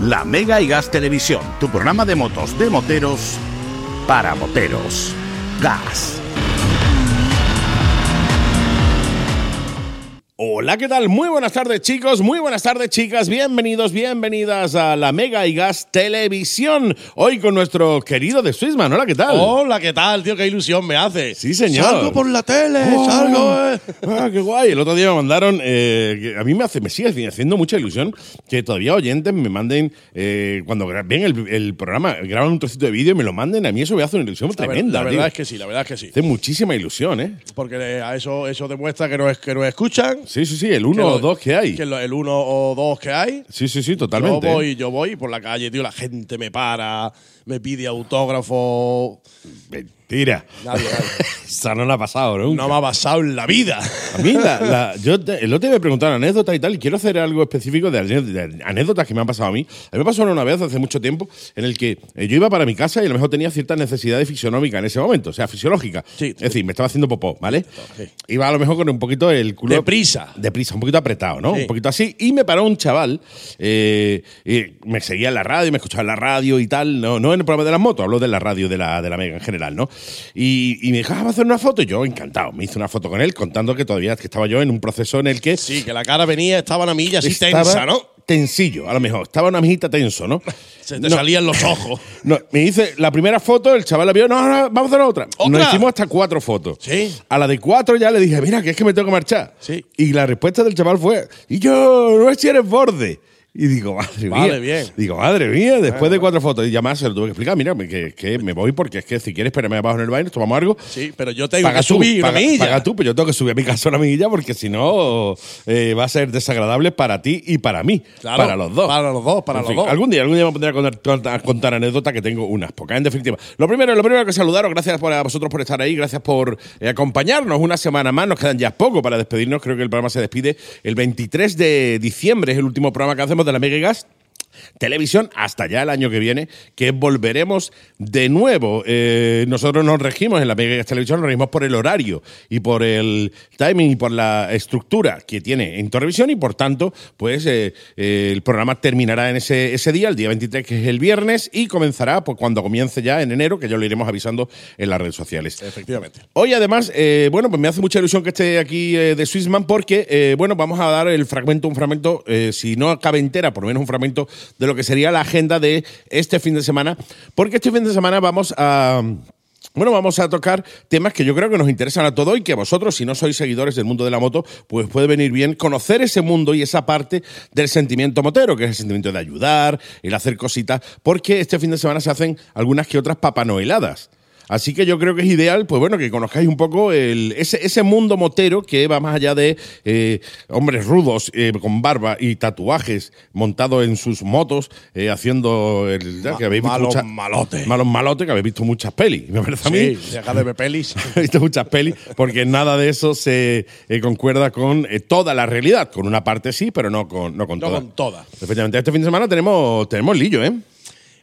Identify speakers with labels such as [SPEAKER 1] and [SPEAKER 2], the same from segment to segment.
[SPEAKER 1] La Mega y Gas Televisión, tu programa de motos de moteros para moteros. Gas.
[SPEAKER 2] Hola, ¿qué tal? Muy buenas tardes chicos, muy buenas tardes chicas, bienvenidos, bienvenidas a la Mega y Gas Televisión. Hoy con nuestro querido de Swissman, hola, ¿qué tal?
[SPEAKER 3] Hola, ¿qué tal, tío? Qué ilusión me hace.
[SPEAKER 2] Sí, señor.
[SPEAKER 3] Salgo por la tele,
[SPEAKER 2] Oh.
[SPEAKER 3] salgo. eh.
[SPEAKER 2] Ah, qué guay. El otro día me mandaron. eh, que a mí me, hace, me sigue haciendo mucha ilusión que todavía oyentes me manden. eh, cuando gra- ven el, el programa, graban un trocito de vídeo y me lo manden. A mí eso me hace una ilusión
[SPEAKER 3] La ver-
[SPEAKER 2] tremenda.
[SPEAKER 3] La verdad
[SPEAKER 2] tío.
[SPEAKER 3] es que sí, la verdad es que sí.
[SPEAKER 2] Hace muchísima ilusión, ¿eh?
[SPEAKER 3] Porque eh, a eso, eso demuestra que nos, que nos escuchan.
[SPEAKER 2] Sí, sí, sí. El
[SPEAKER 3] que
[SPEAKER 2] uno o
[SPEAKER 3] lo-
[SPEAKER 2] dos que hay.
[SPEAKER 3] Que lo- el uno o dos que hay.
[SPEAKER 2] Sí, sí, sí, totalmente.
[SPEAKER 3] Yo voy, yo voy por la calle, tío. La gente me para, me pide autógrafo.
[SPEAKER 2] Mentira.
[SPEAKER 3] Nadie, nadie.
[SPEAKER 2] Esa no la ha pasado, ¿no?
[SPEAKER 3] No me ha pasado en la vida.
[SPEAKER 2] A mí, la, la- yo te- el otro día me preguntaron anécdotas y tal, y quiero hacer algo específico de, ane- de anécdotas que me han pasado a mí. A mí me pasó una vez hace mucho tiempo en el que eh, yo iba para mi casa y a lo mejor tenía ciertas necesidades fisionómicas en ese momento, o sea, fisiológica.
[SPEAKER 3] Sí.
[SPEAKER 2] Es decir, me estaba haciendo popó, ¿vale?
[SPEAKER 3] Sí.
[SPEAKER 2] Iba a lo mejor con un poquito el culo.
[SPEAKER 3] Deprisa.
[SPEAKER 2] Deprisa, un poquito apretado, ¿no?
[SPEAKER 3] Sí.
[SPEAKER 2] Un poquito así. Y me paró un chaval, eh, y me seguía en la radio, me escuchaba en la radio y tal, no, no en el programa de las motos, hablo de la radio de la, de la Mega en general, ¿no? Y, y me dijo, "Ah, ¿vas a hacer una foto? Y yo, encantado, me hice una foto con él contando que todavía que estaba yo en un proceso en el que
[SPEAKER 3] Sí, que la cara venía, estaba una milla así
[SPEAKER 2] estaba
[SPEAKER 3] tensa, ¿no?
[SPEAKER 2] Tensillo, a lo mejor. Estaba una mijita tenso, ¿no?
[SPEAKER 3] Se te
[SPEAKER 2] No.
[SPEAKER 3] salían los ojos.
[SPEAKER 2] No, me dice la primera foto, el chaval la vio, no, no, vamos a hacer otra.
[SPEAKER 3] ¿Otra?
[SPEAKER 2] Nos hicimos hasta cuatro fotos.
[SPEAKER 3] Sí.
[SPEAKER 2] A la de cuatro ya le dije, mira, que es que me tengo que marchar.
[SPEAKER 3] Sí.
[SPEAKER 2] Y la respuesta del chaval fue, y yo, no es si eres borde. Y digo, madre mía.
[SPEAKER 3] Vale, bien.
[SPEAKER 2] Digo, madre mía, después de cuatro fotos. Y además se lo tuve que explicar, mira, que, que me voy porque es que si quieres, espérame abajo en el baile, tomamos algo.
[SPEAKER 3] Sí, pero yo tengo que subir una
[SPEAKER 2] paga,
[SPEAKER 3] milla.
[SPEAKER 2] paga tú, pero yo tengo que subir a mi casa una milla porque si no eh, va a ser desagradable para ti y para mí.
[SPEAKER 3] Claro,
[SPEAKER 2] para los dos.
[SPEAKER 3] para los dos, para
[SPEAKER 2] En
[SPEAKER 3] los
[SPEAKER 2] fin,
[SPEAKER 3] dos.
[SPEAKER 2] Algún día, algún día me pondré a contar, contar- contar anécdotas que tengo unas pocas, en definitiva. Lo primero, lo primero que saludaros, gracias por, a vosotros por estar ahí, gracias por eh, acompañarnos una semana más, nos quedan ya poco para despedirnos, creo que el programa se despide el 23 de diciembre, es el último programa que hacemos de la Mega y Gas televisión hasta ya el año que viene, que volveremos de nuevo. Eh, nosotros nos regimos en la Mega Televisión, nos regimos por el horario y por el timing y por la estructura que tiene en Torrevisión y por tanto, pues eh, eh, el programa terminará en ese, ese día, el día 23 que es el viernes y comenzará pues, cuando comience ya en enero, que ya lo iremos avisando en las redes sociales.
[SPEAKER 3] Efectivamente.
[SPEAKER 2] Hoy, además, eh, bueno, pues me hace mucha ilusión que esté aquí eh, de Swissman porque, eh, bueno, vamos a dar el fragmento, un fragmento, eh, si no cabe entera, por lo menos un fragmento de lo que sería la agenda de este fin de semana, porque este fin de semana vamos a... Bueno, vamos a tocar temas que yo creo que nos interesan a todos y que vosotros, si no sois seguidores del mundo de la moto, pues puede venir bien conocer ese mundo y esa parte del sentimiento motero, que es el sentimiento de ayudar, el hacer cositas, porque este fin de semana se hacen algunas que otras papanoeladas. Así que yo creo que es ideal, pues bueno, que conozcáis un poco el- ese, ese mundo motero que va más allá de eh, hombres rudos eh, con barba y tatuajes montados en sus motos, eh, haciendo el,
[SPEAKER 3] Ma-
[SPEAKER 2] que habéis visto
[SPEAKER 3] malos
[SPEAKER 2] muchas-
[SPEAKER 3] malotes.
[SPEAKER 2] malos malotes que habéis visto muchas pelis, me parece a mí.
[SPEAKER 3] Sí, se acaba de ver pelis.
[SPEAKER 2] He visto muchas pelis, porque nada de eso se eh, concuerda con eh, toda la realidad. Con una parte sí, pero no con, no con
[SPEAKER 3] No
[SPEAKER 2] toda.
[SPEAKER 3] con toda.
[SPEAKER 2] Efectivamente, este fin de semana tenemos, tenemos lillo, ¿eh?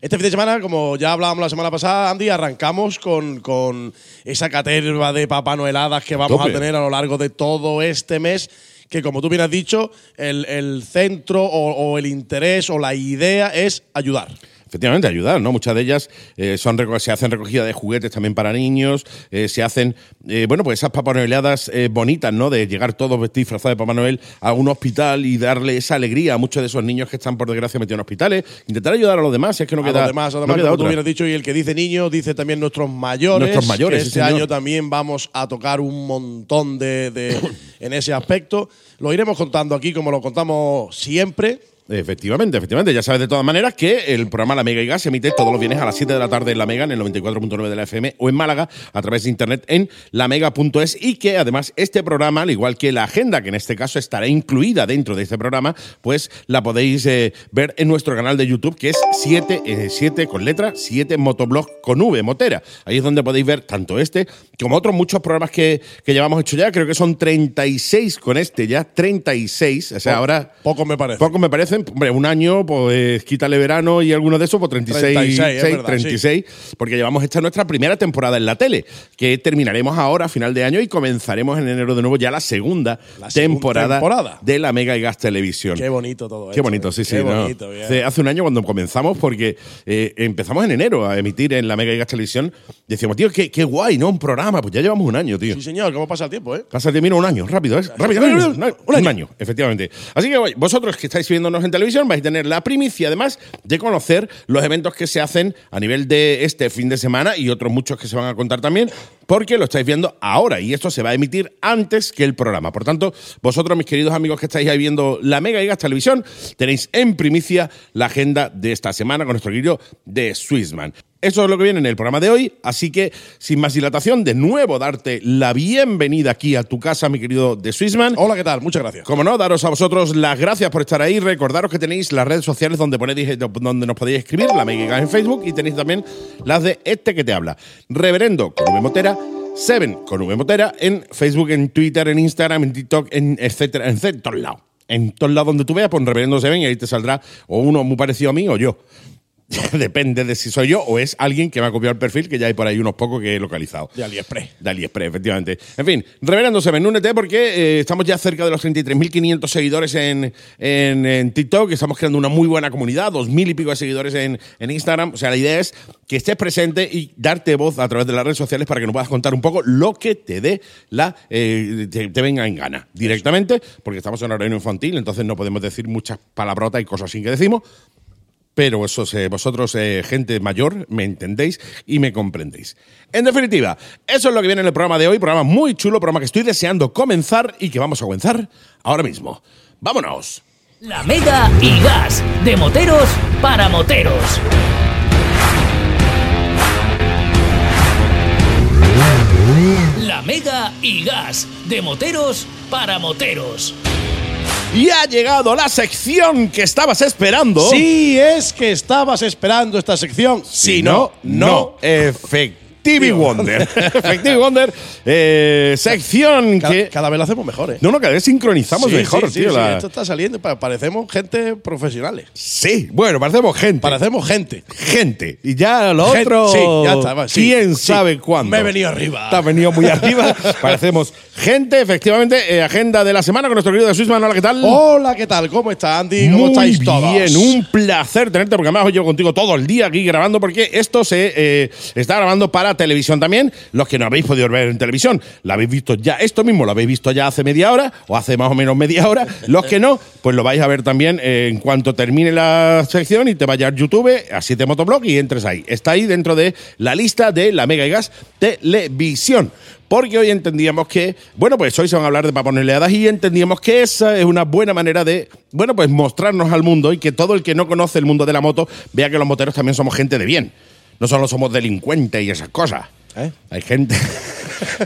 [SPEAKER 3] Este fin de semana, como ya hablábamos la semana pasada, Andy, arrancamos con, con esa caterva de Papá Noeladas que vamos
[SPEAKER 2] Tope.
[SPEAKER 3] a tener a lo largo de todo este mes. Que como tú bien has dicho, el, el centro o, o el interés o la idea es ayudar.
[SPEAKER 2] Efectivamente, ayudar, ¿no? Muchas de ellas eh, son reco- se hacen recogida de juguetes también para niños, eh, se hacen, eh, bueno, pues esas papaneleadas bonitas, ¿no? De llegar todos vestidos disfrazados de Papá Noel a un hospital y darle esa alegría a muchos de esos niños que están, por desgracia, metidos en hospitales. Intentar ayudar a los demás, si es que no
[SPEAKER 3] a
[SPEAKER 2] queda,
[SPEAKER 3] los demás,
[SPEAKER 2] no
[SPEAKER 3] además,
[SPEAKER 2] queda
[SPEAKER 3] como tú
[SPEAKER 2] otra.
[SPEAKER 3] bien has dicho, y el que dice niño, dice también nuestros mayores.
[SPEAKER 2] Nuestros mayores,
[SPEAKER 3] que
[SPEAKER 2] sí,
[SPEAKER 3] este
[SPEAKER 2] señor.
[SPEAKER 3] año también vamos a tocar un montón de, de- en ese aspecto. Lo iremos contando aquí como lo contamos siempre.
[SPEAKER 2] Efectivamente, efectivamente. Ya sabes de todas maneras que el programa La Mega y Gas se emite todos los viernes a las 7 de la tarde en La Mega, en el 94.9 de la FM o en Málaga a través de internet en lamega.es y que además este programa, al igual que la agenda, que en este caso estará incluida dentro de este programa, pues la podéis eh, ver en nuestro canal de YouTube que es 7, eh, 7 con letra, 7 motoblog con V, motera. Ahí es donde podéis ver tanto este como otros muchos programas que, que llevamos hecho ya. Creo que son 36 con este ya, 36. O sea, ahora...
[SPEAKER 3] Poco me parece.
[SPEAKER 2] Poco me parece, hacen, hombre, un año, pues quítale verano y algunos de esos, pues 36,
[SPEAKER 3] 36, es
[SPEAKER 2] seis,
[SPEAKER 3] verdad,
[SPEAKER 2] 36, porque llevamos esta nuestra primera temporada en la tele, que terminaremos ahora a final de año y comenzaremos en enero de nuevo ya la segunda,
[SPEAKER 3] La segunda temporada.
[SPEAKER 2] de la Mega y Gas Televisión.
[SPEAKER 3] Qué bonito todo
[SPEAKER 2] Qué
[SPEAKER 3] esto,
[SPEAKER 2] bonito,
[SPEAKER 3] ¿eh?
[SPEAKER 2] sí, sí. ah.
[SPEAKER 3] Qué
[SPEAKER 2] no.
[SPEAKER 3] bonito, bien.
[SPEAKER 2] Hace- Hace un año cuando comenzamos, porque eh, empezamos en enero a emitir en la Mega y Gas Televisión, decíamos, tío, qué, qué guay, ¿no? Un programa, pues ya llevamos un año, tío.
[SPEAKER 3] Sí, señor, ¿cómo pasa el tiempo, eh?
[SPEAKER 2] Pasa de mira un año, rápido, ¿eh? Rápido,
[SPEAKER 3] Un año,
[SPEAKER 2] un año, un año, efectivamente. Así que oye, vosotros que estáis viéndonos en televisión vais a tener la primicia, además, de conocer los eventos que se hacen a nivel de este fin de semana y otros muchos que se van a contar también, porque lo estáis viendo ahora y esto se va a emitir antes que el programa. Por tanto, vosotros, mis queridos amigos que estáis ahí viendo la Mega Igas Televisión, tenéis en primicia la agenda de esta semana con nuestro guillo de Swissman. Eso es lo que viene en el programa de hoy, así que sin más dilatación, de nuevo darte la bienvenida aquí a tu casa, mi querido de Swissman.
[SPEAKER 3] Hola, ¿qué tal? Muchas gracias.
[SPEAKER 2] Como no, daros a vosotros las gracias por estar ahí. Recordaros que tenéis las redes sociales donde, ponéis, eh, donde nos podéis escribir, la Mega Gas en Facebook, y tenéis también las de este que te habla. Reverendo con V Motera, Seven con V Motera, en Facebook, en Twitter, en Instagram, en TikTok, en etcétera, en, en todos lados. En todos lados donde tú veas, pon Reverendo Seven y ahí te saldrá o uno muy parecido a mí o yo. Depende de si soy yo o es alguien que me ha copiado el perfil, que ya hay por ahí unos pocos que he localizado.
[SPEAKER 3] De AliExpress.
[SPEAKER 2] De AliExpress, efectivamente. En fin, Reverendo Seven, únete porque eh, estamos ya cerca de los 33.500 seguidores en, en, en TikTok, estamos creando una muy buena comunidad, 2.000 y pico de seguidores en, en Instagram. O sea, la idea es que estés presente y darte voz a través de las redes sociales para que nos puedas contar un poco lo que te dé la eh, te, te venga en gana directamente, porque estamos en horario infantil, entonces no podemos decir muchas palabrotas y cosas sin que decimos. Pero eso, se- vosotros, eh, gente mayor, me entendéis y me comprendéis. En definitiva, eso es lo que viene en el programa de hoy. Programa muy chulo, programa que estoy deseando comenzar y que vamos a comenzar ahora mismo. ¡Vámonos!
[SPEAKER 4] La Mega y Gas, de moteros para moteros. La Mega y Gas, de moteros para moteros.
[SPEAKER 2] Y ha llegado la sección que estabas
[SPEAKER 3] Oh.
[SPEAKER 2] esperando.
[SPEAKER 3] Si es que estabas esperando esta sección, si, no, no.
[SPEAKER 2] Efectivo Wonder. Efectivo Wonder. eh, sección
[SPEAKER 3] Cada,
[SPEAKER 2] que.
[SPEAKER 3] cada vez lo hacemos mejor, ¿eh?
[SPEAKER 2] No, no, cada vez sincronizamos
[SPEAKER 3] Sí,
[SPEAKER 2] mejor,
[SPEAKER 3] sí, sí,
[SPEAKER 2] tío.
[SPEAKER 3] sí,
[SPEAKER 2] la-
[SPEAKER 3] esto está saliendo, pa- parecemos gente profesionales.
[SPEAKER 2] Sí, bueno, parecemos gente.
[SPEAKER 3] Parecemos gente.
[SPEAKER 2] gente. Y ya lo
[SPEAKER 3] Gen-
[SPEAKER 2] otro.
[SPEAKER 3] sí, ya estaba, sí,
[SPEAKER 2] ¿Quién
[SPEAKER 3] sí.
[SPEAKER 2] sabe cuándo?
[SPEAKER 3] Me he venido arriba.
[SPEAKER 2] Te has venido muy arriba. Parecemos gente, efectivamente. eh, agenda de la semana con nuestro querido de Suizman. Hola, ¿qué tal?
[SPEAKER 3] Hola, ¿qué tal? ¿Cómo está Andy? ¿Cómo
[SPEAKER 2] Mm. Muy
[SPEAKER 3] estáis todos?
[SPEAKER 2] Bien, un placer tenerte, porque además hoy llevo contigo todo el día aquí grabando, porque esto se eh, está grabando para televisión también. Los que no habéis podido ver en televisión, lo habéis visto ya, esto mismo lo habéis visto ya hace media hora, o hace más o menos media hora. Los que no, pues lo vais a ver también eh, en cuanto termine la sección y te vayas a YouTube, así te motoblog y entres ahí. Está ahí dentro de la lista de la Mega y Gas Televisión. Porque hoy entendíamos que, bueno, pues hoy se van a hablar de paponeleadas y entendíamos que esa es una buena manera de, bueno, pues mostrarnos al mundo y que todo el que no conoce el mundo de la moto vea que los moteros también somos gente de bien. No solo somos delincuentes y esas cosas.
[SPEAKER 3] ¿Eh?
[SPEAKER 2] Hay gente.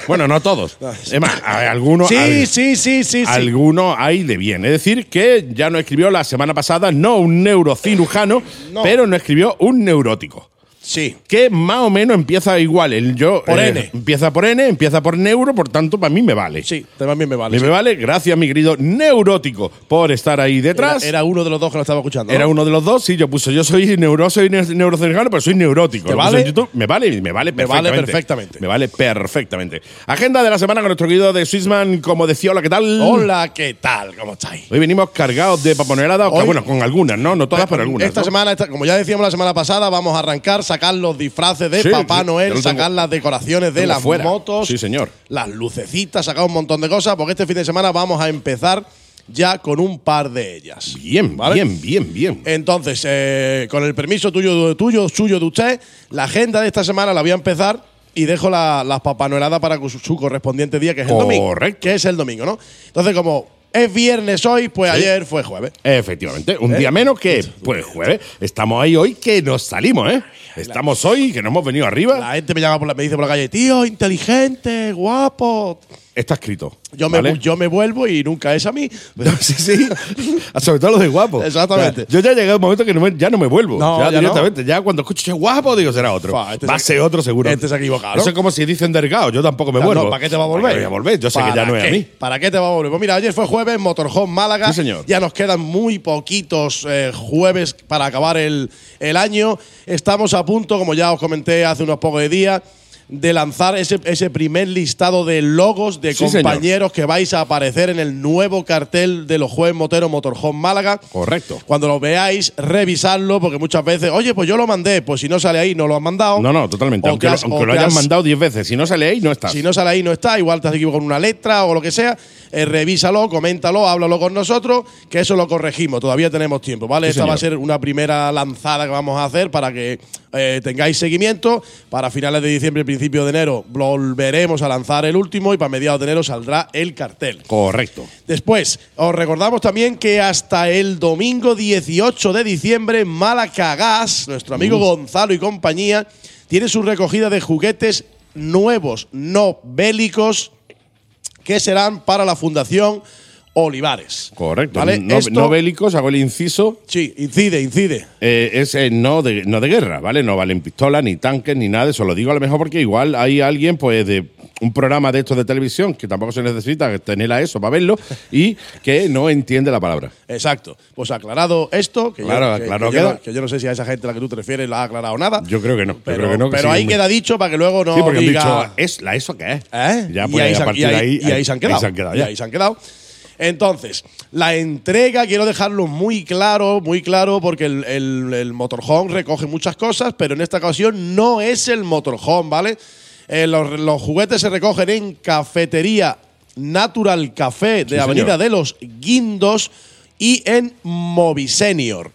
[SPEAKER 2] bueno, no todos. Es más, hay algunos.
[SPEAKER 3] Sí,
[SPEAKER 2] hay-
[SPEAKER 3] sí, sí, sí, sí.
[SPEAKER 2] alguno hay de bien. Es decir, que ya no escribió la semana pasada, no un neurocirujano,
[SPEAKER 3] No.
[SPEAKER 2] pero no escribió un neurótico.
[SPEAKER 3] Sí.
[SPEAKER 2] Que más o menos empieza igual. El yo, eh,
[SPEAKER 3] Por N.
[SPEAKER 2] Empieza por N, empieza por neuro, por tanto, para mí me vale.
[SPEAKER 3] Sí, también me
[SPEAKER 2] A
[SPEAKER 3] vale.
[SPEAKER 2] mí me vale. Gracias, mi querido neurótico, por estar ahí
[SPEAKER 3] Era,
[SPEAKER 2] detrás.
[SPEAKER 3] era uno de los dos que lo estaba escuchando. ¿no?
[SPEAKER 2] Era uno de los dos, sí, yo puse, yo soy neuroso y ne- neurocirujano, pero soy neurótico.
[SPEAKER 3] ¿Te
[SPEAKER 2] Lo puse
[SPEAKER 3] vale?
[SPEAKER 2] en YouTube. Me vale, y me vale
[SPEAKER 3] Me
[SPEAKER 2] perfectamente.
[SPEAKER 3] vale perfectamente.
[SPEAKER 2] Me vale perfectamente. Agenda de la semana con nuestro querido de Swissman, como decía, hola, ¿qué tal?
[SPEAKER 3] Hola, ¿qué tal? ¿Cómo estáis?
[SPEAKER 2] Hoy venimos cargados de paponeradas,
[SPEAKER 3] Hoy-
[SPEAKER 2] bueno, con algunas, ¿no? No todas, pero algunas.
[SPEAKER 3] Eh, Esta
[SPEAKER 2] ¿no?
[SPEAKER 3] semana, esta- como ya decíamos la semana pasada, vamos a arrancar, sacar los disfraces de
[SPEAKER 2] Sí,
[SPEAKER 3] Papá
[SPEAKER 2] sí, ya
[SPEAKER 3] Noel,
[SPEAKER 2] lo tengo-
[SPEAKER 3] sacar las decoraciones de
[SPEAKER 2] tengo
[SPEAKER 3] las
[SPEAKER 2] fuera.
[SPEAKER 3] motos.
[SPEAKER 2] Sí, señor.
[SPEAKER 3] Las lucecitas, sacar un montón de cosas, porque este fin de semana vamos a empezar ya con un par de ellas.
[SPEAKER 2] Bien,
[SPEAKER 3] ¿vale?
[SPEAKER 2] bien, bien, bien.
[SPEAKER 3] Entonces, eh, con el permiso tuyo, tuyo, suyo de usted, la agenda de esta semana la voy a empezar y dejo la- las papanoeladas para su, su correspondiente día, que es el domingo.
[SPEAKER 2] Correcto.
[SPEAKER 3] Que es el domingo, ¿no? Entonces, como es viernes hoy, pues
[SPEAKER 2] Sí.
[SPEAKER 3] ayer fue jueves.
[SPEAKER 2] Efectivamente, un
[SPEAKER 3] Eh,
[SPEAKER 2] día menos que, pues, jueves. Estamos ahí hoy que nos salimos, ¿eh? Estamos hoy que nos hemos venido arriba.
[SPEAKER 3] La gente me llama por la, me dice por la calle, tío, inteligente, guapo.
[SPEAKER 2] está escrito.
[SPEAKER 3] Yo me,
[SPEAKER 2] ¿vale?
[SPEAKER 3] vu- yo me vuelvo y nunca es a mí.
[SPEAKER 2] sí, sí. Sobre todo los de guapo.
[SPEAKER 3] Exactamente.
[SPEAKER 2] O sea, yo ya llegué a un momento que no me- ya no me vuelvo.
[SPEAKER 3] No,
[SPEAKER 2] ya,
[SPEAKER 3] ya
[SPEAKER 2] directamente. Ya cuando escucho "Che, guapo, digo, será otro.
[SPEAKER 3] Fua, este
[SPEAKER 2] va a
[SPEAKER 3] se-
[SPEAKER 2] ser otro seguro.
[SPEAKER 3] este se ha equivocado, ¿no?
[SPEAKER 2] Eso es como si dicen delgado. Yo tampoco me
[SPEAKER 3] Ya,
[SPEAKER 2] vuelvo.
[SPEAKER 3] no, ¿Para qué te va a volver?
[SPEAKER 2] ¿Para qué voy a volver? Yo sé que ya
[SPEAKER 3] ¿Para
[SPEAKER 2] no es
[SPEAKER 3] qué?
[SPEAKER 2] a mí.
[SPEAKER 3] ¿Para qué te va a volver? Pues mira, ayer fue jueves, Motorhome Málaga.
[SPEAKER 2] Sí, señor.
[SPEAKER 3] Ya nos quedan muy poquitos eh, jueves para acabar el, el año. Estamos a punto, como ya os comenté hace unos pocos de días, de lanzar ese, ese primer listado de logos de
[SPEAKER 2] Sí, señor.
[SPEAKER 3] compañeros que vais a aparecer en el nuevo cartel de los jueves Motero Motorhome Málaga.
[SPEAKER 2] Correcto.
[SPEAKER 3] Cuando lo veáis, revisadlo, porque muchas veces, oye, pues yo lo mandé, pues si no sale ahí, no lo han mandado.
[SPEAKER 2] No, no, totalmente.
[SPEAKER 3] O
[SPEAKER 2] Aunque,
[SPEAKER 3] te
[SPEAKER 2] lo-
[SPEAKER 3] has-
[SPEAKER 2] aunque
[SPEAKER 3] o
[SPEAKER 2] lo
[SPEAKER 3] te
[SPEAKER 2] hayan
[SPEAKER 3] has-
[SPEAKER 2] mandado 10 veces. Si no sale ahí, no estás.
[SPEAKER 3] si no sale ahí, no está. Igual te has equivocado con una letra o lo que sea. Eh, revísalo, coméntalo, háblalo con nosotros, que eso lo corregimos. Todavía tenemos tiempo, ¿vale?
[SPEAKER 2] Sí,
[SPEAKER 3] Esta va a
[SPEAKER 2] señor.
[SPEAKER 3] ser una primera lanzada que vamos a hacer para que eh, tengáis seguimiento. Para finales de diciembre, principio de enero, volveremos a lanzar el último y para mediados de enero saldrá el cartel.
[SPEAKER 2] Correcto.
[SPEAKER 3] Después, os recordamos también que hasta el domingo 18 de diciembre, Málaga Gas, nuestro amigo Gonzalo y compañía, tiene su recogida de juguetes nuevos, no bélicos, que serán para la Fundación Olivares.
[SPEAKER 2] Correcto.
[SPEAKER 3] ¿Vale?
[SPEAKER 2] No,
[SPEAKER 3] Esto-
[SPEAKER 2] no bélicos, hago el inciso.
[SPEAKER 3] Sí, incide, incide.
[SPEAKER 2] Eh, es eh, no, de, no de guerra, ¿vale? No valen pistolas, ni tanques, ni nada de eso. Lo digo a lo mejor porque igual hay alguien, pues, de un programa de estos de televisión que tampoco se necesita tener a eso para verlo y que no entiende la palabra.
[SPEAKER 3] Exacto. Pues aclarado esto, que, yo-
[SPEAKER 2] Claro,
[SPEAKER 3] que-
[SPEAKER 2] aclarado
[SPEAKER 3] que yo,
[SPEAKER 2] queda.
[SPEAKER 3] no- que yo no sé si a esa gente a la que tú te refieres la ha aclarado nada.
[SPEAKER 2] Yo creo que no. yo
[SPEAKER 3] Pero,
[SPEAKER 2] creo que no, que
[SPEAKER 3] pero
[SPEAKER 2] sí,
[SPEAKER 3] ahí
[SPEAKER 2] muy-
[SPEAKER 3] queda dicho para que luego no
[SPEAKER 2] Sí, porque han
[SPEAKER 3] diga,
[SPEAKER 2] dicho, ¿es la eso qué es?
[SPEAKER 3] ¿Eh?
[SPEAKER 2] Ya, pues,
[SPEAKER 3] y, ahí
[SPEAKER 2] a
[SPEAKER 3] se, han-
[SPEAKER 2] partir
[SPEAKER 3] y ahí-
[SPEAKER 2] de ahí,
[SPEAKER 3] y ahí se han quedado.
[SPEAKER 2] Ahí se han quedado
[SPEAKER 3] Y
[SPEAKER 2] ya.
[SPEAKER 3] ahí se han quedado. Entonces, la entrega quiero dejarlo muy claro, muy claro, porque el, el- el motorhome recoge muchas cosas, pero en esta ocasión no es el motorhome, ¿vale? Eh, los, los juguetes se recogen en cafetería Natural Café de
[SPEAKER 2] Sí,
[SPEAKER 3] Avenida
[SPEAKER 2] señor.
[SPEAKER 3] de los Guindos y en Movisenior.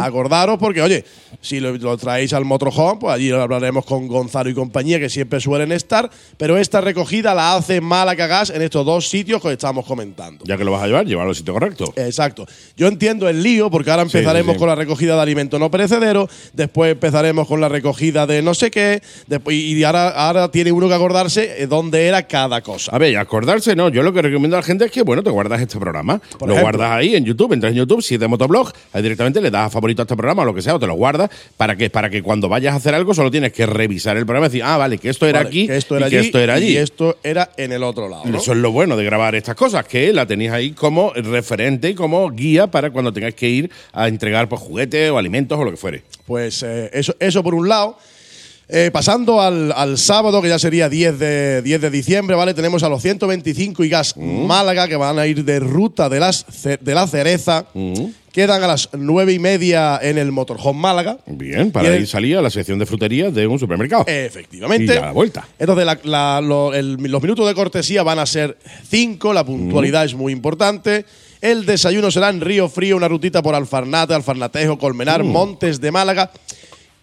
[SPEAKER 3] Acordaros porque, oye, si lo, lo traéis al Motorhome, pues allí hablaremos con Gonzalo y compañía, que siempre suelen estar, pero esta recogida la hace Málaga Gas en estos dos sitios que os estamos comentando.
[SPEAKER 2] Ya que lo vas a llevar, llévalo al sitio correcto.
[SPEAKER 3] Exacto. Yo entiendo el lío porque ahora
[SPEAKER 2] Sí, sí,
[SPEAKER 3] empezaremos
[SPEAKER 2] sí.
[SPEAKER 3] con la recogida de alimentos no perecederos, después empezaremos con la recogida de no sé qué, después, y ahora, ahora tiene uno que acordarse eh, dónde era cada cosa.
[SPEAKER 2] A ver, y acordarse, no. Yo lo que recomiendo a la gente es que, bueno, te guardas este programa.
[SPEAKER 3] Por
[SPEAKER 2] lo
[SPEAKER 3] ejemplo.
[SPEAKER 2] guardas ahí en YouTube. Entras en YouTube, si es de motoblog, ahí directamente le das a favorito a este programa o lo que sea, o te lo guardas. ¿Para qué? Para que cuando vayas a hacer algo solo tienes que revisar el programa y decir, ah, vale, que esto era
[SPEAKER 3] Vale,
[SPEAKER 2] aquí
[SPEAKER 3] que esto era
[SPEAKER 2] y que
[SPEAKER 3] allí,
[SPEAKER 2] esto era allí.
[SPEAKER 3] Y esto era en el otro lado. ¿no?
[SPEAKER 2] Eso es lo bueno de grabar estas cosas, que la tenéis ahí como referente y como guía para cuando tengáis que ir a entregar pues, juguetes o alimentos o lo que fuere.
[SPEAKER 3] Pues eh, eso, eso por un lado. Eh, pasando al, al sábado, que ya sería 10 de, 10 de diciembre, ¿vale? Tenemos a los 125 y gas
[SPEAKER 2] Mm.
[SPEAKER 3] Málaga, que van a ir de ruta de, las, ce- de la cereza.
[SPEAKER 2] Mm.
[SPEAKER 3] Quedan a las 9 y media en el Motorhome Málaga.
[SPEAKER 2] Bien, para
[SPEAKER 3] Bien.
[SPEAKER 2] ir salir a la sección de fruterías de un supermercado.
[SPEAKER 3] Eh, Efectivamente.
[SPEAKER 2] Y a la vuelta.
[SPEAKER 3] Entonces, la- la- lo- el- los minutos de cortesía van a ser 5, la puntualidad es muy importante. El desayuno será en Río Frío, una rutita por Alfarnate, Alfarnatejo, Colmenar, Montes de Málaga.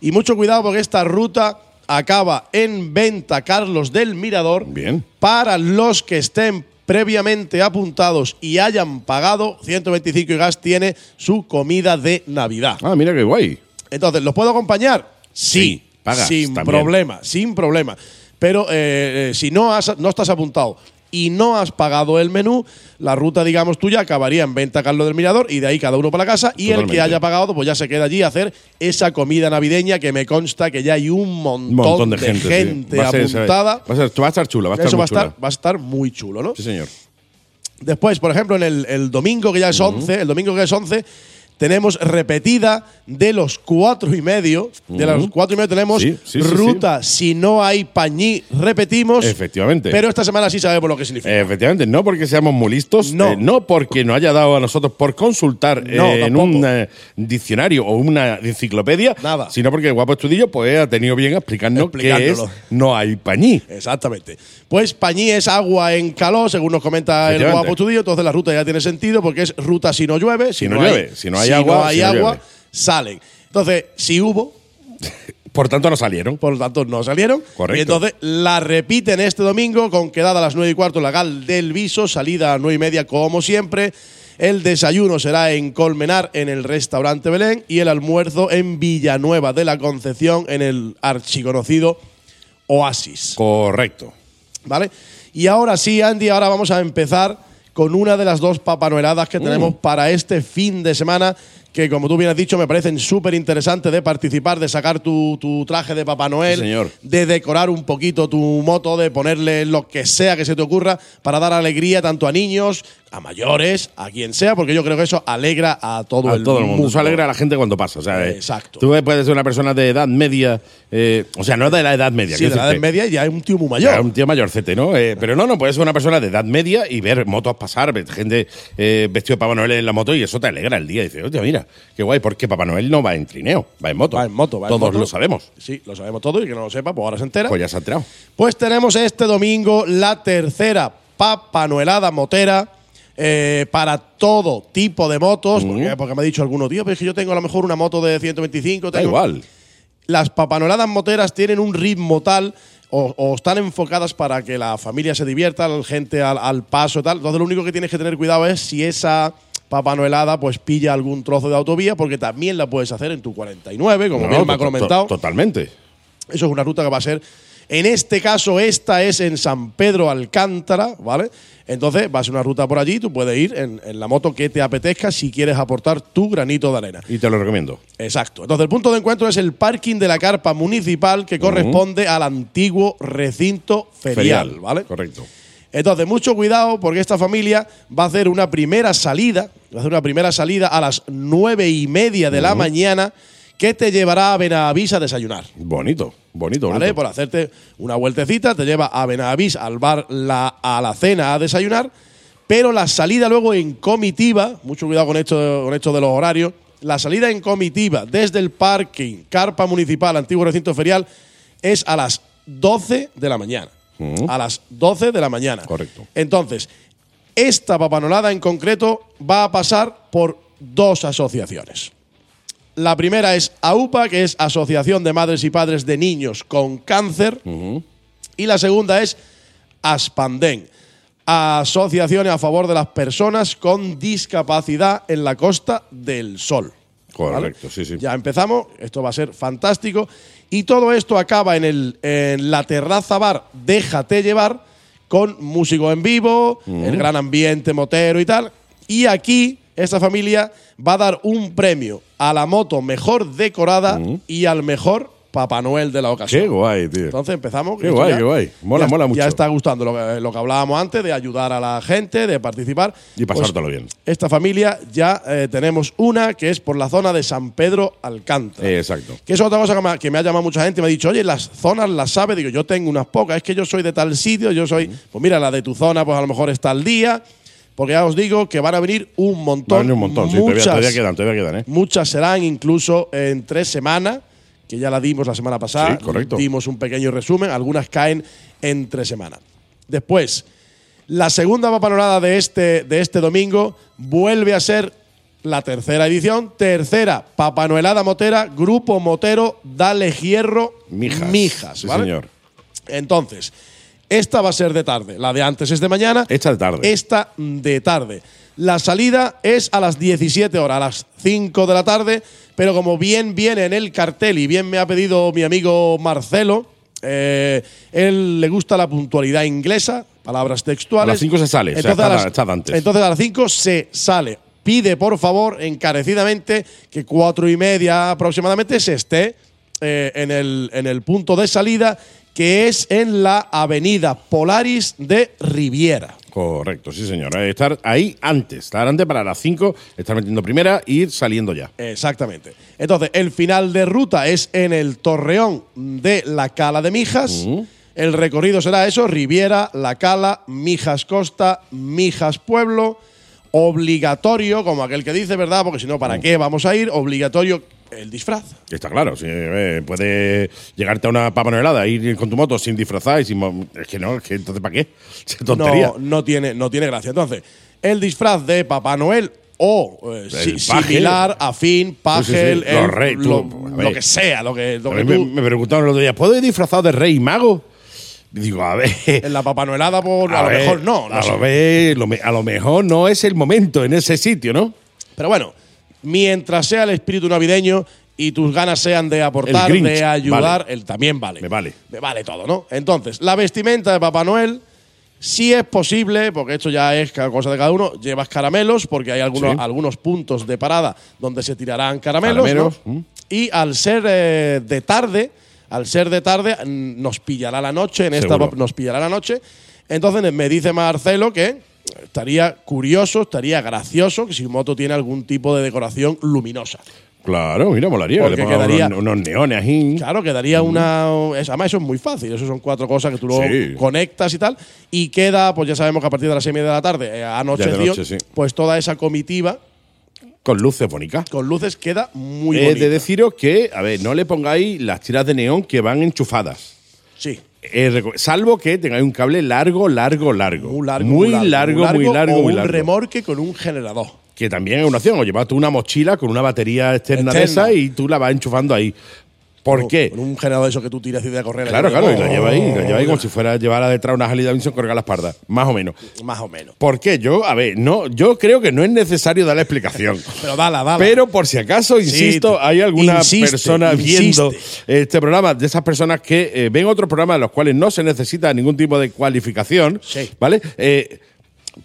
[SPEAKER 3] Y mucho cuidado porque esta ruta acaba en venta Carlos del Mirador.
[SPEAKER 2] Bien.
[SPEAKER 3] Para los que estén previamente apuntados y hayan pagado, 125 y gas tiene su comida de Navidad.
[SPEAKER 2] Ah, mira qué guay.
[SPEAKER 3] Entonces, ¿los puedo acompañar?
[SPEAKER 2] Sí, pagas
[SPEAKER 3] sin
[SPEAKER 2] también.
[SPEAKER 3] problema, sin problema. Pero eh, eh, si no, has- no estás apuntado y no has pagado el menú, la ruta, digamos, tuya acabaría en Venta Carlos del Mirador y de ahí cada uno para la casa. Y el
[SPEAKER 2] Totalmente.
[SPEAKER 3] que haya pagado, pues ya se queda allí a hacer esa comida navideña que me consta que ya hay un montón,
[SPEAKER 2] Un montón de, gente, sí. Va a ser, se ve.
[SPEAKER 3] apuntada.
[SPEAKER 2] Va a, ser- va a estar chula, va a estar
[SPEAKER 3] Eso va
[SPEAKER 2] muy
[SPEAKER 3] a, estar,
[SPEAKER 2] chula.
[SPEAKER 3] va a estar muy chulo, ¿no?
[SPEAKER 2] Sí, señor.
[SPEAKER 3] Después, por ejemplo, en el, el domingo que ya es 11, el domingo que es 11, tenemos repetida de los cuatro y medio. De los cuatro y medio tenemos
[SPEAKER 2] Sí, sí, sí,
[SPEAKER 3] ruta. Si no hay pañí, repetimos.
[SPEAKER 2] Efectivamente. Eh.
[SPEAKER 3] Pero esta semana sí sabemos lo que significa.
[SPEAKER 2] Efectivamente, no porque seamos muy listos,
[SPEAKER 3] No.
[SPEAKER 2] eh, no porque nos haya dado a nosotros por consultar
[SPEAKER 3] No,
[SPEAKER 2] eh, en
[SPEAKER 3] tampoco.
[SPEAKER 2] un eh, diccionario o una enciclopedia,
[SPEAKER 3] Nada.
[SPEAKER 2] sino porque el guapo estudillo pues, ha tenido bien a explicarnos qué es
[SPEAKER 3] Explicándolo.
[SPEAKER 2] no hay pañí.
[SPEAKER 3] Exactamente. Pues pañí es agua en calor, según nos comenta el
[SPEAKER 2] Efectivamente.
[SPEAKER 3] guapo estudio. Entonces la ruta ya tiene sentido porque es ruta si no llueve. Si,
[SPEAKER 2] no llueve, si no hay agua,
[SPEAKER 3] hay
[SPEAKER 2] si no
[SPEAKER 3] agua,
[SPEAKER 2] llueve.
[SPEAKER 3] salen. Entonces, si hubo,
[SPEAKER 2] Por tanto, no salieron.
[SPEAKER 3] por lo tanto no salieron.
[SPEAKER 2] Correcto.
[SPEAKER 3] Y entonces la repiten este domingo con quedada a las 9 y cuarto la gal del Viso, salida a 9 y media como siempre. El desayuno será en Colmenar, en el restaurante Belén, y el almuerzo en Villanueva de la Concepción, en el archiconocido Oasis.
[SPEAKER 2] Correcto.
[SPEAKER 3] ¿Vale? Y ahora sí, Andy, ahora vamos a empezar con una de las dos papanoeladas
[SPEAKER 2] Uh.
[SPEAKER 3] que tenemos para este fin de semana, que como tú bien has dicho, me parecen súper interesantes de participar, de sacar tu, tu traje de Papá Noel,
[SPEAKER 2] Sí, señor.
[SPEAKER 3] de decorar un poquito tu moto, de ponerle lo que sea que se te ocurra para dar alegría tanto a niños, a mayores, a quien sea, porque yo creo que eso alegra a todo,
[SPEAKER 2] A
[SPEAKER 3] el,
[SPEAKER 2] todo el mundo. Eso
[SPEAKER 3] mundo.
[SPEAKER 2] alegra a la gente cuando pasa. o sea, eh,
[SPEAKER 3] Exacto.
[SPEAKER 2] Tú puedes ser una persona de edad media, eh, o sea, no de la edad media.
[SPEAKER 3] Sí,
[SPEAKER 2] quiero
[SPEAKER 3] de la edad
[SPEAKER 2] decirte.
[SPEAKER 3] media ya es un tío muy
[SPEAKER 2] Ya,
[SPEAKER 3] mayor.
[SPEAKER 2] un tío mayorcete, ¿no? Eh, pero no, no, puedes ser una persona de edad media y ver motos pasar, ver gente eh, vestido de Papá Noel en la moto y eso te alegra el día. Y dices, oye, mira, qué guay, porque Papá Noel no va en trineo, va en moto.
[SPEAKER 3] Va en moto, va en
[SPEAKER 2] Todos
[SPEAKER 3] moto.
[SPEAKER 2] lo sabemos.
[SPEAKER 3] Sí, lo sabemos todo y que no lo sepa, pues ahora se entera.
[SPEAKER 2] Pues ya se ha enterado.
[SPEAKER 3] Pues tenemos este domingo la tercera papanoelada motera eh, para todo tipo de motos. porque, porque me ha dicho alguno, tío, pero es que yo tengo a lo mejor una moto de 125.
[SPEAKER 2] Da
[SPEAKER 3] tengo-".
[SPEAKER 2] igual.
[SPEAKER 3] Las papanoeladas moteras tienen un ritmo tal o, o están enfocadas para que la familia se divierta, la gente al, al paso y tal. Entonces lo único que tienes que tener cuidado es si esa papanoelada pues pilla algún trozo de autovía, porque también la puedes hacer en tu 49, como
[SPEAKER 2] No, no,
[SPEAKER 3] bien me ha
[SPEAKER 2] to- to-
[SPEAKER 3] comentado.
[SPEAKER 2] Totalmente.
[SPEAKER 3] Eso es una ruta que va a ser. En este caso, esta es en San Pedro Alcántara, ¿vale? Entonces, va a ser una ruta por allí, tú puedes ir en, en la moto que te apetezca si quieres aportar tu granito de arena.
[SPEAKER 2] Y te lo recomiendo.
[SPEAKER 3] Exacto. Entonces, el punto de encuentro es el parking de la carpa municipal que corresponde al antiguo recinto ferial, ¿vale?
[SPEAKER 2] Correcto.
[SPEAKER 3] Entonces, mucho cuidado porque esta familia va a hacer una primera salida, va a hacer una primera salida a las nueve y media de la mañana que te llevará a Benavís a desayunar.
[SPEAKER 2] Bonito, bonito, Pues
[SPEAKER 3] ¿vale?
[SPEAKER 2] bonito.
[SPEAKER 3] Por hacerte una vueltecita, te lleva a Benavís al bar la, a la cena a desayunar, pero la salida luego en comitiva, mucho cuidado con esto, con esto de los horarios, la salida en comitiva desde el parking Carpa Municipal, antiguo recinto ferial, es a las 12 de la mañana. A las 12 de la mañana.
[SPEAKER 2] Correcto.
[SPEAKER 3] Entonces, esta papanolada en concreto va a pasar por dos asociaciones. La primera es AUPA, que es Asociación de Madres y Padres de Niños con Cáncer. Y la segunda es ASPANDEN, Asociaciones a favor de las personas con discapacidad en la Costa del Sol.
[SPEAKER 2] Correcto, sí, sí.
[SPEAKER 3] Ya empezamos, esto va a ser fantástico. Y todo esto acaba en, el, en la terraza bar Déjate llevar, con músicos en vivo, el gran ambiente motero y tal. Y aquí esta familia va a dar un premio a la moto mejor decorada y al mejor Papá Noel de la ocasión.
[SPEAKER 2] Qué guay, tío.
[SPEAKER 3] Entonces empezamos.
[SPEAKER 2] Qué
[SPEAKER 3] Esto
[SPEAKER 2] guay, qué guay. Mola,
[SPEAKER 3] ya-
[SPEAKER 2] mola mucho.
[SPEAKER 3] Ya está gustando lo que, lo que hablábamos antes de ayudar a la gente, de participar. Pues,
[SPEAKER 2] Y pasártelo bien.
[SPEAKER 3] Esta familia ya eh, tenemos una que es por la zona de San Pedro Alcántara.
[SPEAKER 2] Eh, exacto.
[SPEAKER 3] Que es otra cosa que me, ha- que me ha llamado mucha gente. Me ha dicho, oye, las zonas las sabes. Digo, yo tengo unas pocas. Es que yo soy de tal sitio, yo soy. Pues mira, la de tu zona, pues a lo mejor está al día. Porque ya os digo que van a venir un montón.
[SPEAKER 2] Vale, un montón, sí, todavía,
[SPEAKER 3] muchas,
[SPEAKER 2] todavía quedan, todavía quedan, ¿eh?
[SPEAKER 3] Muchas serán incluso en tres semanas, que ya la dimos la semana pasada.
[SPEAKER 2] Sí, correcto.
[SPEAKER 3] Dimos un pequeño resumen, algunas caen en tres semanas. Después, la segunda papanorada de este, de este domingo vuelve a ser la tercera edición, tercera papanoelada motera, grupo motero Dale Hierro
[SPEAKER 2] Mijas. Sí,
[SPEAKER 3] ¿vale?
[SPEAKER 2] señor.
[SPEAKER 3] Entonces, esta va a ser de tarde. La de antes es de mañana.
[SPEAKER 2] Esta de tarde.
[SPEAKER 3] Esta de tarde. La salida es a las 17 horas, a las 5 de la tarde. Pero como bien viene en el cartel y bien me ha pedido mi amigo Marcelo, eh, él le gusta la puntualidad inglesa, palabras textuales.
[SPEAKER 2] A las 5 se sale, o sea,
[SPEAKER 3] Entonces, a
[SPEAKER 2] está-
[SPEAKER 3] las-
[SPEAKER 2] está antes.
[SPEAKER 3] entonces a las 5 se sale. Pide, por favor, encarecidamente, que cuatro y media aproximadamente se esté eh, en, el, en el punto de salida, que es en la avenida Polaris de Riviera.
[SPEAKER 2] Correcto, sí, señor. Eh, Estar ahí antes, estar antes para las 5, estar metiendo primera y ir saliendo ya.
[SPEAKER 3] Exactamente. Entonces, el final de ruta es en el Torreón de la Cala de Mijas. El recorrido será eso, Riviera, La Cala, Mijas Costa, Mijas Pueblo. Obligatorio, como aquel que dice, ¿verdad? Porque si no,
[SPEAKER 2] Mm.
[SPEAKER 3] ¿para qué vamos a ir? Obligatorio el disfraz.
[SPEAKER 2] Está claro, sí, eh, puede llegarte a una papanelada, ir con tu moto sin disfrazar y sin. mo- Es que no, es que entonces ¿para qué? Es tontería.
[SPEAKER 3] No, no, tiene, no tiene gracia. Entonces, el disfraz de Papá Noel o eh, si-
[SPEAKER 2] paje.
[SPEAKER 3] similar, afín,
[SPEAKER 2] sí, sí.
[SPEAKER 3] pagel,
[SPEAKER 2] Los
[SPEAKER 3] el-
[SPEAKER 2] rey, tú,
[SPEAKER 3] lo,
[SPEAKER 2] a
[SPEAKER 3] lo
[SPEAKER 2] ver.
[SPEAKER 3] que sea, lo que, lo
[SPEAKER 2] A
[SPEAKER 3] que
[SPEAKER 2] mí
[SPEAKER 3] tú-
[SPEAKER 2] me, me preguntaron el otro día, ¿puedo ir disfrazado de rey y mago? Y digo, a ver.
[SPEAKER 3] En la Papá Noelada, por, a, lo
[SPEAKER 2] ver,
[SPEAKER 3] mejor no. no
[SPEAKER 2] a,
[SPEAKER 3] sé.
[SPEAKER 2] lo ve- lo me- a lo mejor no es el momento en ese sitio, ¿no?
[SPEAKER 3] Pero bueno, mientras sea el espíritu navideño y tus ganas sean de aportar,
[SPEAKER 2] El Grinch,
[SPEAKER 3] de ayudar, el también vale.
[SPEAKER 2] Me vale.
[SPEAKER 3] Me vale todo, ¿no? Entonces, la vestimenta de Papá Noel Si es posible, porque esto ya es cada cosa de cada uno, llevas caramelos, porque hay algunos,
[SPEAKER 2] Sí.
[SPEAKER 3] algunos puntos de parada donde se tirarán caramelos.
[SPEAKER 2] Caramelos,
[SPEAKER 3] ¿no?
[SPEAKER 2] mm.
[SPEAKER 3] Y al ser eh, de tarde, al ser de tarde, mm, nos pillará la noche, en esta
[SPEAKER 2] Seguro.
[SPEAKER 3] nos pillará la noche. Entonces me dice Marcelo que estaría curioso, estaría gracioso que Simoto tiene algún tipo de decoración luminosa.
[SPEAKER 2] Claro, mira, molaría.
[SPEAKER 3] Porque
[SPEAKER 2] Le pongo
[SPEAKER 3] quedaría-
[SPEAKER 2] unos, unos neones ahí.
[SPEAKER 3] Claro, quedaría una. es- Además, eso es muy fácil. Eso son cuatro cosas que tú luego
[SPEAKER 2] Sí.
[SPEAKER 3] conectas y tal. Y queda, pues ya sabemos que a partir de las seis y media de la tarde, eh, anocheció,
[SPEAKER 2] noche, sí.
[SPEAKER 3] pues toda esa comitiva
[SPEAKER 2] Con luces bonitas.
[SPEAKER 3] con luces queda muy
[SPEAKER 2] He
[SPEAKER 3] bonita.
[SPEAKER 2] de deciros que, a ver, no le pongáis las tiras de neón que van enchufadas.
[SPEAKER 3] sí.
[SPEAKER 2] Eh, reco- salvo que tengáis un cable largo, largo, largo.
[SPEAKER 3] Muy largo.
[SPEAKER 2] Muy largo, muy largo,
[SPEAKER 3] o
[SPEAKER 2] muy
[SPEAKER 3] un
[SPEAKER 2] largo.
[SPEAKER 3] remorque con un generador.
[SPEAKER 2] Que también es una opción. O llevas tú una mochila con una batería externa, de
[SPEAKER 3] Externa.
[SPEAKER 2] esa y tú la vas enchufando ahí. ¿Por
[SPEAKER 3] O-
[SPEAKER 2] qué?
[SPEAKER 3] Con un generador de esos que tú tiras y de correr. Oh,
[SPEAKER 2] Claro, claro, y la lleva ahí, la lleva ahí como
[SPEAKER 3] con
[SPEAKER 2] si fuera llevar detrás una Harley Davidson colgada a la espalda, más o menos.
[SPEAKER 3] Más o menos.
[SPEAKER 2] ¿Por qué? Yo, a ver, no, yo creo que no es necesario dar la explicación.
[SPEAKER 3] Pero dala, dala.
[SPEAKER 2] Pero por si acaso, insisto,
[SPEAKER 3] tú-
[SPEAKER 2] hay alguna
[SPEAKER 3] insiste,
[SPEAKER 2] persona
[SPEAKER 3] insiste.
[SPEAKER 2] viendo este programa, de esas personas que eh, ven otros programas en los cuales no se necesita ningún tipo de cualificación,
[SPEAKER 3] Sí.
[SPEAKER 2] ¿vale? Eh,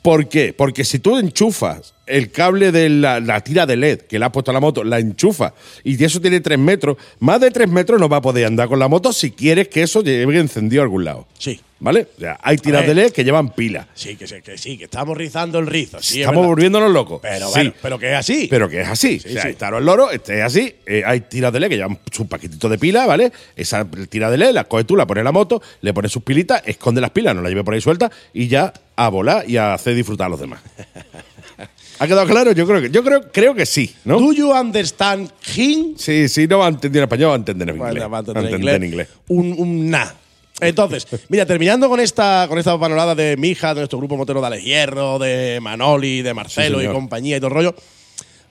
[SPEAKER 2] ¿Por qué? Porque si tú enchufas el cable de la, la tira de LED que le has puesto a la moto, la enchufas y eso tiene 3 metros, más de 3 metros no va a poder andar con la moto si quieres que eso lleve encendido a algún lado.
[SPEAKER 3] Sí.
[SPEAKER 2] ¿Vale? O sea, hay tiras
[SPEAKER 3] ver.
[SPEAKER 2] de LED que llevan pilas.
[SPEAKER 3] Sí, que, sí, que sí, que estamos rizando el rizo. sí, es
[SPEAKER 2] Estamos
[SPEAKER 3] verdad.
[SPEAKER 2] volviéndonos locos.
[SPEAKER 3] Pero,
[SPEAKER 2] Sí.
[SPEAKER 3] bueno, pero que es así.
[SPEAKER 2] Pero que es así.
[SPEAKER 3] Sí,
[SPEAKER 2] o sea,
[SPEAKER 3] sí.
[SPEAKER 2] estaros el loro, este es así. eh, hay tiras de LED que llevan sus paquetitos de pila, ¿vale? Esa tira de LED la coges tú, la pones en la moto, le pones sus pilitas, esconde las pilas, no la lleve por ahí suelta y ya a volar y a hacer disfrutar a los demás. ¿Ha quedado claro? Yo creo que, yo creo, creo que sí, ¿no?
[SPEAKER 3] ¿Do you understand him?
[SPEAKER 2] Sí, sí, no va a entender en español, va a entender en
[SPEAKER 3] Bueno,
[SPEAKER 2] inglés.
[SPEAKER 3] va a
[SPEAKER 2] Va a
[SPEAKER 3] entender
[SPEAKER 2] entender en
[SPEAKER 3] inglés.
[SPEAKER 2] inglés.
[SPEAKER 3] Un, un na. Entonces, mira, terminando con esta, con esta panorada de mi hija, de nuestro grupo motero de Alex Hierro, de Manoli, de Marcelo
[SPEAKER 2] Sí,
[SPEAKER 3] y
[SPEAKER 2] señor.
[SPEAKER 3] compañía y todo el rollo,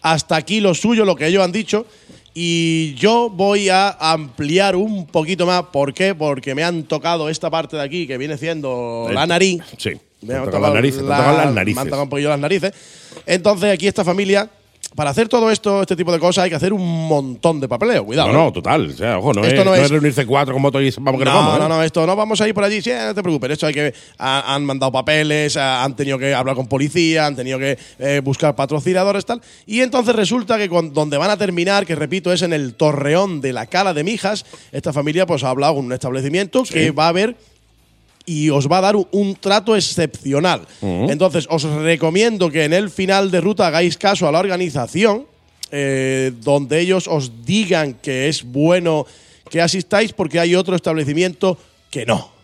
[SPEAKER 3] hasta aquí lo suyo, lo que ellos han dicho. Y yo voy a ampliar un poquito más. ¿Por qué? Porque me han tocado esta parte de aquí, que viene siendo
[SPEAKER 2] Eh,
[SPEAKER 3] la nariz.
[SPEAKER 2] sí, te han
[SPEAKER 3] Me han
[SPEAKER 2] tocado
[SPEAKER 3] tocado
[SPEAKER 2] las narices, te han
[SPEAKER 3] la-
[SPEAKER 2] tocado las
[SPEAKER 3] Me
[SPEAKER 2] narices.
[SPEAKER 3] han tocado un poquillo las narices. Entonces, aquí esta familia, para hacer todo esto, este tipo de cosas, hay que hacer un montón de papeleo. Cuidado.
[SPEAKER 2] No,
[SPEAKER 3] ¿eh?
[SPEAKER 2] no, total. O sea, ojo, no,
[SPEAKER 3] Esto
[SPEAKER 2] es,
[SPEAKER 3] no
[SPEAKER 2] no
[SPEAKER 3] es-
[SPEAKER 2] es reunirse cuatro con moto y vamos que
[SPEAKER 3] no,
[SPEAKER 2] nos vamos. ¿eh?
[SPEAKER 3] no, no, esto no vamos a ir por allí. Sí, eh, no te preocupes. Esto hay que. ha- han mandado papeles, ha- han tenido que hablar con policía, han tenido que eh, buscar patrocinadores, tal. Y entonces resulta que cuan- donde van a terminar, que repito, es en el Torreón de la Cala de Mijas. Esta familia, pues ha hablado con un establecimiento que va a haber y os va a dar un, un trato excepcional. Entonces, os recomiendo que en el final de ruta hagáis caso a la organización, eh, donde ellos os digan que es bueno que asistáis, porque hay otro establecimiento que no.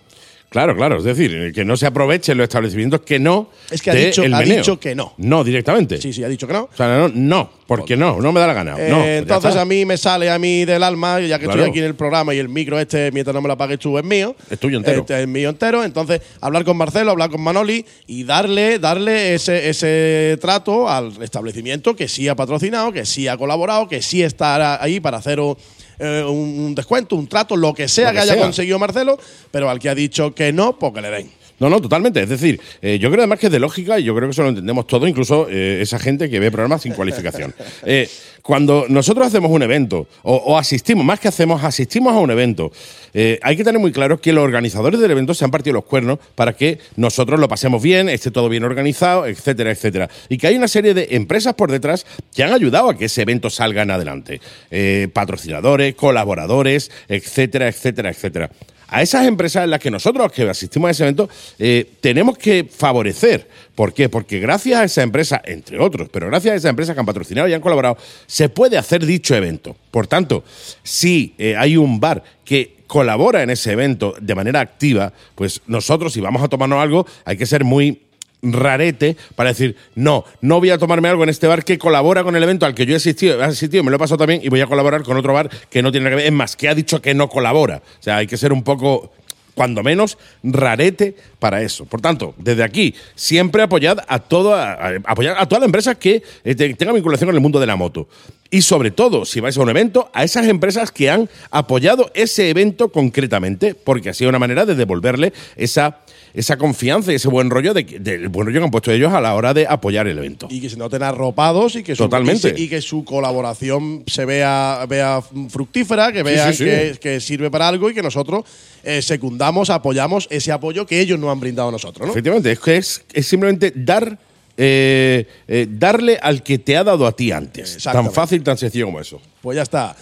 [SPEAKER 2] Claro, claro. Es decir, eh, que no se aprovechen los establecimientos que no.
[SPEAKER 3] Es que ha
[SPEAKER 2] de
[SPEAKER 3] dicho-
[SPEAKER 2] el
[SPEAKER 3] ha
[SPEAKER 2] meneo.
[SPEAKER 3] dicho que no.
[SPEAKER 2] No, directamente.
[SPEAKER 3] Sí, sí, ha dicho que no.
[SPEAKER 2] O sea, no, no, porque no, no me da la gana.
[SPEAKER 3] Eh,
[SPEAKER 2] no, pues ya
[SPEAKER 3] entonces
[SPEAKER 2] está.
[SPEAKER 3] a mí me sale a mí del alma, ya que estoy
[SPEAKER 2] Claro.
[SPEAKER 3] aquí en el programa y el micro este, mientras no me lo pagues tú, es mío.
[SPEAKER 2] Es tuyo entero.
[SPEAKER 3] Este es mío entero. Entonces, hablar con Marcelo, hablar con Manoli y darle, darle ese, ese trato al establecimiento que sí ha patrocinado, que sí ha colaborado, que sí está ahí para hacer un, eh, un descuento, un trato, lo que sea
[SPEAKER 2] Lo
[SPEAKER 3] que,
[SPEAKER 2] que
[SPEAKER 3] haya
[SPEAKER 2] sea.
[SPEAKER 3] conseguido Marcelo, pero al que ha dicho que no, pues que le den.
[SPEAKER 2] No, no, totalmente. Es decir, eh, yo creo además que es de lógica y yo creo que eso lo entendemos todo, incluso eh, esa gente que ve programas sin cualificación. Eh, cuando nosotros hacemos un evento o, o asistimos, más que hacemos, asistimos a un evento, eh, hay que tener muy claro que los organizadores del evento se han partido los cuernos para que nosotros lo pasemos bien, esté todo bien organizado, etcétera, etcétera. Y que hay una serie de empresas por detrás que han ayudado a que ese evento salga en adelante. Eh, patrocinadores, colaboradores, etcétera, etcétera, etcétera a esas empresas en las que nosotros que asistimos a ese evento eh, tenemos que favorecer. ¿Por qué? Porque gracias a esas empresas, entre otros, pero gracias a esas empresas que han patrocinado y han colaborado, se puede hacer dicho evento. Por tanto, si eh, hay un bar que colabora en ese evento de manera activa, pues nosotros si vamos a tomarnos algo hay que ser muy rarete para decir, no, no voy a tomarme algo en este bar que colabora con el evento al que yo he asistido, he asistido, me lo he pasado también y voy a colaborar con otro bar que no tiene nada que ver. Es más, que ha dicho que no colabora. O sea, hay que ser un poco, cuando menos, rarete para eso. Por tanto, desde aquí, siempre apoyad a, toda, a- apoyad a todas las empresas que eh, te- tengan vinculación con el mundo de la moto. Y sobre todo, si vais a un evento, a esas empresas que han apoyado ese evento concretamente, porque así es una manera de devolverle esa, esa confianza y ese buen rollo, de, que- del buen rollo que han puesto ellos a la hora de apoyar el evento.
[SPEAKER 3] Y que se noten arropados y que su,
[SPEAKER 2] Totalmente.
[SPEAKER 3] y, se- y que su colaboración se vea, vea fructífera, que vean
[SPEAKER 2] sí, sí.
[SPEAKER 3] Que, que sirve para algo y que nosotros eh, secundamos, apoyamos ese apoyo que ellos nos han brindado a nosotros. ¿no?
[SPEAKER 2] Efectivamente, es que es, es simplemente dar, eh, eh, darle al que te ha dado a ti antes. Tan
[SPEAKER 3] Exactamente.
[SPEAKER 2] fácil, tan sencillo como eso.
[SPEAKER 3] Pues ya está.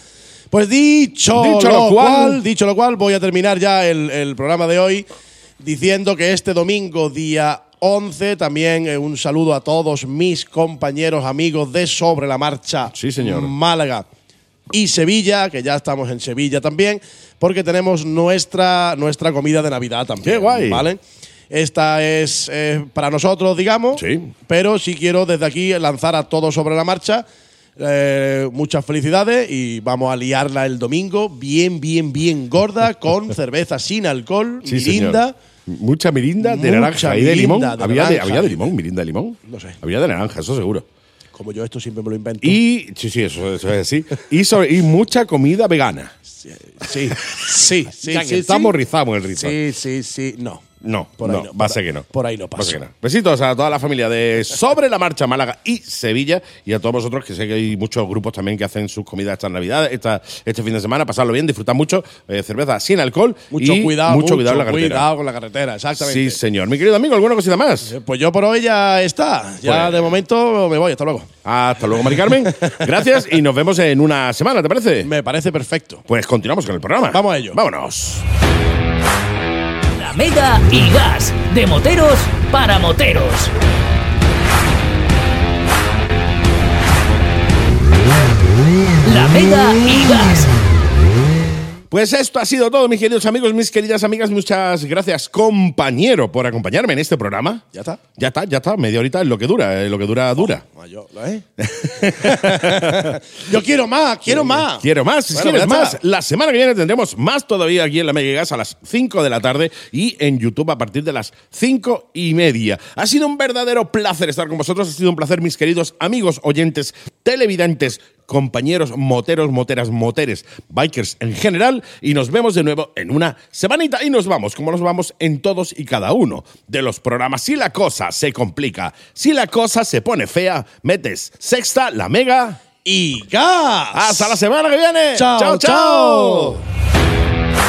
[SPEAKER 3] Pues dicho,
[SPEAKER 2] Dicho
[SPEAKER 3] lo,
[SPEAKER 2] lo
[SPEAKER 3] cual,
[SPEAKER 2] cual-
[SPEAKER 3] dicho lo cual, voy a terminar ya el, el programa de hoy diciendo que este domingo, día 11, también eh, un saludo a todos mis compañeros, amigos de Sobre la Marcha
[SPEAKER 2] Sí, señor.
[SPEAKER 3] Málaga y Sevilla, que ya estamos en Sevilla también, porque tenemos nuestra, nuestra comida de Navidad también.
[SPEAKER 2] ¡Qué guay!
[SPEAKER 3] ¿Vale? ¿eh? Esta es eh, para nosotros, digamos,
[SPEAKER 2] Sí.
[SPEAKER 3] pero sí quiero desde aquí lanzar a todos sobre la marcha. eh, muchas felicidades y vamos a liarla el domingo bien, bien, bien gorda con cerveza sin alcohol,
[SPEAKER 2] Sí,
[SPEAKER 3] mirinda.
[SPEAKER 2] señor. Mucha mirinda de
[SPEAKER 3] Mucha
[SPEAKER 2] naranja y de
[SPEAKER 3] mirinda
[SPEAKER 2] limón.
[SPEAKER 3] de
[SPEAKER 2] había, de,
[SPEAKER 3] naranja.
[SPEAKER 2] había de limón, mirinda de limón.
[SPEAKER 3] No sé.
[SPEAKER 2] Había de naranja, eso seguro.
[SPEAKER 3] Como yo esto siempre me lo invento.
[SPEAKER 2] Y sí, sí, eso, eso es así. Y, sobre- y mucha comida vegana.
[SPEAKER 3] sí, sí, sí,
[SPEAKER 2] Ya que
[SPEAKER 3] sí,
[SPEAKER 2] estamos
[SPEAKER 3] sí.
[SPEAKER 2] rizamos el rizo.
[SPEAKER 3] Sí, sí, sí, no.
[SPEAKER 2] No,
[SPEAKER 3] Por ahí
[SPEAKER 2] no,
[SPEAKER 3] no,
[SPEAKER 2] va a
[SPEAKER 3] por
[SPEAKER 2] ser
[SPEAKER 3] ahí-
[SPEAKER 2] que no.
[SPEAKER 3] por ahí no
[SPEAKER 2] Va a
[SPEAKER 3] paso.
[SPEAKER 2] ser que no. Besitos a toda la familia de Sobre la Marcha Málaga y Sevilla y a todos vosotros que sé que hay muchos grupos también que hacen sus comidas estas navidades, esta, este fin de semana, pasarlo bien, disfrutar mucho, eh, cerveza sin alcohol
[SPEAKER 3] Mucho
[SPEAKER 2] y
[SPEAKER 3] cuidado,
[SPEAKER 2] mucho cuidado en la carretera.
[SPEAKER 3] cuidado con la carretera, exactamente.
[SPEAKER 2] Sí, señor. Mi querido amigo, ¿alguna cosita más?
[SPEAKER 3] Eh, Pues yo por hoy ya está. Ya
[SPEAKER 2] Pues-
[SPEAKER 3] de momento me voy, hasta luego.
[SPEAKER 2] Hasta luego, Mari Carmen. Gracias y nos vemos en una semana, ¿te parece?
[SPEAKER 3] Me parece perfecto.
[SPEAKER 2] Pues continuamos con el programa.
[SPEAKER 3] Vamos a ello.
[SPEAKER 2] Vámonos.
[SPEAKER 4] La Mega y Gas, de moteros para moteros. La Mega y Gas.
[SPEAKER 2] Pues esto ha sido todo, mis queridos amigos, mis queridas amigas. Muchas gracias, compañero, por acompañarme en este programa.
[SPEAKER 3] Ya está.
[SPEAKER 2] Ya está, ya está. Media horita es lo que dura, es lo que dura, dura.
[SPEAKER 3] Ah, Yo, ¿eh? Yo quiero más, quiero más.
[SPEAKER 2] Quiero más, si
[SPEAKER 3] Bueno,
[SPEAKER 2] quieres
[SPEAKER 3] ya
[SPEAKER 2] más.
[SPEAKER 3] está.
[SPEAKER 2] La semana que viene tendremos más todavía aquí en la Mega Gas a las 5 de la tarde y en YouTube a partir de las 5 y media. Ha sido un verdadero placer estar con vosotros. Ha sido un placer, mis queridos amigos, oyentes, televidentes, compañeros, moteros, moteras, moteres, bikers en general. Y nos vemos de nuevo en una semanita. Y nos vamos, como nos vamos en todos y cada uno de los programas. Si la cosa se complica, si la cosa se pone fea, metes sexta, la Mega.
[SPEAKER 3] Y gas.
[SPEAKER 2] Hasta la semana que viene.
[SPEAKER 3] Chao,
[SPEAKER 2] chao.
[SPEAKER 3] chao.
[SPEAKER 2] chao.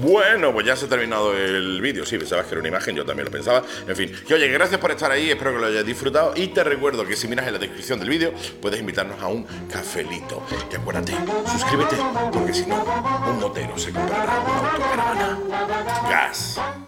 [SPEAKER 2] Bueno, pues ya se ha terminado el vídeo. Sí, pensabas que era una imagen, yo también lo pensaba. En fin, que oye, gracias por estar ahí, espero que lo hayas disfrutado. Y te recuerdo que si miras en la descripción del vídeo, puedes invitarnos a un cafelito. Y acuérdate, suscríbete, porque si no, un motero se comprará una autocaravana. Gas.